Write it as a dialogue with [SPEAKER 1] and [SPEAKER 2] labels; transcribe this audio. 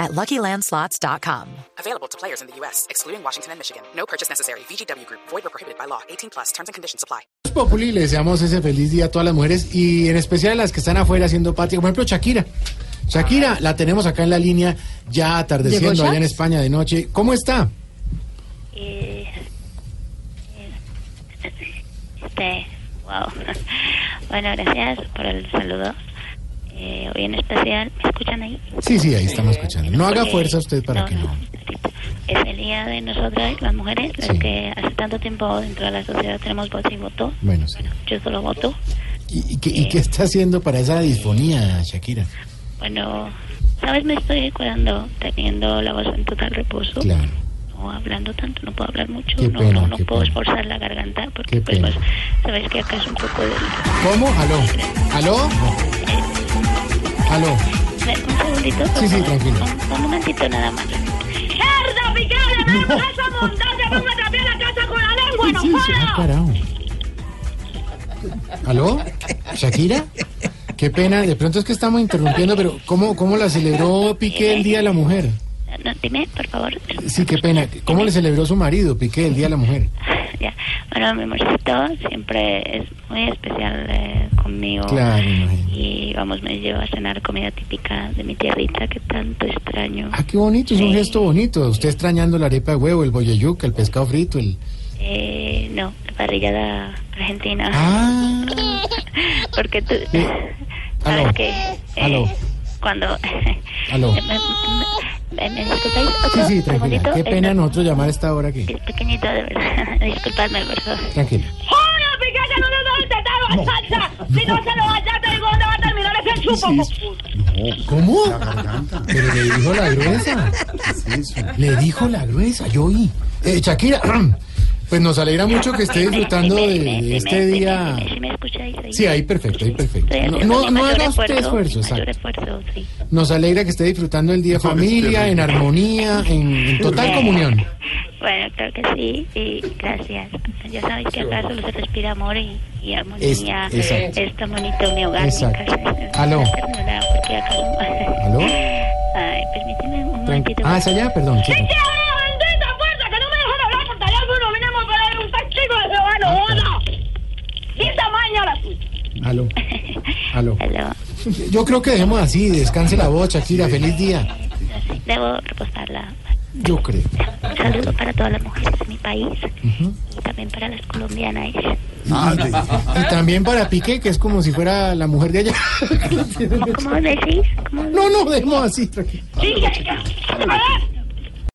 [SPEAKER 1] at luckylandslots.com.
[SPEAKER 2] Available to players in the U.S., excluding Washington and Michigan. No purchase necessary. VGW Group, void or prohibited by law. 18 plus terms and conditions apply.
[SPEAKER 3] Populi, le deseamos ese feliz día a todas las mujeres y en especial a las que están afuera haciendo patria, por ejemplo Shakira. Shakira, la tenemos acá en la línea ya atardeciendo
[SPEAKER 4] ¿Llegó ya?
[SPEAKER 3] allá en España de noche. ¿Cómo está?
[SPEAKER 5] Eh, este, wow. Bueno, gracias por el saludo. Eh, hoy en especial, ¿me escuchan ahí?
[SPEAKER 3] Sí, sí, ahí estamos escuchando. No haga
[SPEAKER 5] Porque-
[SPEAKER 3] fuerza usted para que no.
[SPEAKER 5] Es el día de nosotras, las mujeres, las
[SPEAKER 3] Sí.
[SPEAKER 5] que hace tanto tiempo dentro de la sociedad tenemos voz y voto.
[SPEAKER 3] Bueno, sí.
[SPEAKER 5] Yo solo voto.
[SPEAKER 3] ¿Y, y qué, y qué está haciendo para esa disfonía, Shakira?
[SPEAKER 5] Bueno, ¿sabes? Me estoy curando teniendo la voz en total reposo.
[SPEAKER 3] Claro.
[SPEAKER 5] no hablando tanto, no puedo hablar mucho,
[SPEAKER 3] Qué
[SPEAKER 5] no,
[SPEAKER 3] pena,
[SPEAKER 5] no, no
[SPEAKER 3] qué
[SPEAKER 5] puedo
[SPEAKER 3] pena.
[SPEAKER 5] esforzar la garganta
[SPEAKER 3] Qué
[SPEAKER 5] porque pues,
[SPEAKER 3] pena.
[SPEAKER 5] pues, sabes que acá es un poco de...
[SPEAKER 3] ¿Cómo? ¿Aló? ¿Aló? ¿Aló?
[SPEAKER 5] Un segundito, por
[SPEAKER 3] Sí, sí,
[SPEAKER 5] favor.
[SPEAKER 3] tranquilo.
[SPEAKER 5] Un, un momentito nada más.
[SPEAKER 6] ¡Cerda picada! ¡Me
[SPEAKER 3] No.
[SPEAKER 6] no. vas a montar! ¡Te vas a trapear la casa con la lengua! ¡No
[SPEAKER 3] Ah,
[SPEAKER 6] jodas!
[SPEAKER 3] carajo. ¿Aló? ¿Shakira? Qué pena, de pronto es que estamos interrumpiendo, pero ¿cómo, cómo la celebró Piqué el Día de la Mujer?
[SPEAKER 5] No, dime, por favor.
[SPEAKER 3] Sí, qué pena. ¿Cómo le celebró su marido, Piqué, el Día de la Mujer?
[SPEAKER 5] Ya. Bueno, mi amorcito siempre es muy especial eh, conmigo.
[SPEAKER 3] Claro, me imagino.
[SPEAKER 5] Y vamos, me llevo a cenar comida típica de mi tierrita que tanto extraño.
[SPEAKER 3] Ah, qué bonito, es un
[SPEAKER 5] Sí.
[SPEAKER 3] gesto bonito. Usted extrañando la arepa de huevo, el boyayuca, el pescado frito, el...
[SPEAKER 5] Eh, no, la parrillada argentina.
[SPEAKER 3] Ah,
[SPEAKER 5] Porque tú.
[SPEAKER 3] Sí.
[SPEAKER 5] ¿Sabes
[SPEAKER 3] Aló.
[SPEAKER 5] qué?
[SPEAKER 3] Aló.
[SPEAKER 5] Cuando.
[SPEAKER 3] Aló.
[SPEAKER 5] ¿Me, me- me- me disculpáis
[SPEAKER 3] sí,
[SPEAKER 5] otro
[SPEAKER 3] sí, tranquila.
[SPEAKER 5] segundito?
[SPEAKER 3] Qué pena
[SPEAKER 5] Es-
[SPEAKER 3] nosotros llamar a esta hora aquí.
[SPEAKER 5] es Pequeñito, de verdad. Disculpadme, por favor.
[SPEAKER 3] Tranquila.
[SPEAKER 6] ¡Joda picada! ¡No le doy tetado a salsa! Si no se lo vas a te digo dónde va a terminar ese chupo.
[SPEAKER 3] ¿Cómo? Pero le dijo la gruesa. Le dijo la gruesa, yo oí. Eh, Shakira, pues nos alegra mucho que esté disfrutando de,
[SPEAKER 5] Dime, dime,
[SPEAKER 3] de este
[SPEAKER 5] dime,
[SPEAKER 3] día.
[SPEAKER 5] dime, Si me escucháis ahí.
[SPEAKER 3] Sí, ahí perfecto, ahí perfecto.
[SPEAKER 5] Estoy
[SPEAKER 3] No-
[SPEAKER 5] haciendo
[SPEAKER 3] no-
[SPEAKER 5] mi
[SPEAKER 3] no
[SPEAKER 5] mayor
[SPEAKER 3] haga usted esfuerzo,
[SPEAKER 5] mi mayor
[SPEAKER 3] exacto.
[SPEAKER 5] esfuerzo, sí.
[SPEAKER 3] Nos alegra que esté disfrutando el día de familia, en armonía, en, en total comunión.
[SPEAKER 5] Eh, Bueno, creo que sí, y gracias. Ya sabéis que acá solo se respira amor y, y armonía.
[SPEAKER 3] Es- exacto.
[SPEAKER 5] Es tan bonito mi hogar,
[SPEAKER 3] Exacto.
[SPEAKER 5] mi casa. es-
[SPEAKER 3] Aló.
[SPEAKER 5] es ternura, porque acá
[SPEAKER 3] ¿Aló?
[SPEAKER 5] no- Ay, permíteme un
[SPEAKER 3] Tranqui-
[SPEAKER 5] momentito.
[SPEAKER 3] Ah, es allá, perdón. sí,
[SPEAKER 6] ¡Qué bendita fuerza! ¡Que no me dejan hablar por teléfono! ¡Vinimos para ir un tachico de cebano! ¡Joda! ¡Qué tamaño la suya!
[SPEAKER 3] Aló. Aló.
[SPEAKER 5] Aló.
[SPEAKER 3] Yo creo que dejemos así, descanse la voz, Shakira, feliz día.
[SPEAKER 5] Debo reposarla.
[SPEAKER 3] Yo creo.
[SPEAKER 5] Un saludo para todas las mujeres de mi país y también para las colombianas.
[SPEAKER 3] Y también para Piqué, que es como si fuera la mujer de allá.
[SPEAKER 5] ¿Cómo, cómo decís? ¿Cómo
[SPEAKER 3] No, no, dejemos así, tranquila.
[SPEAKER 6] ¡Sí, que- que- a ver,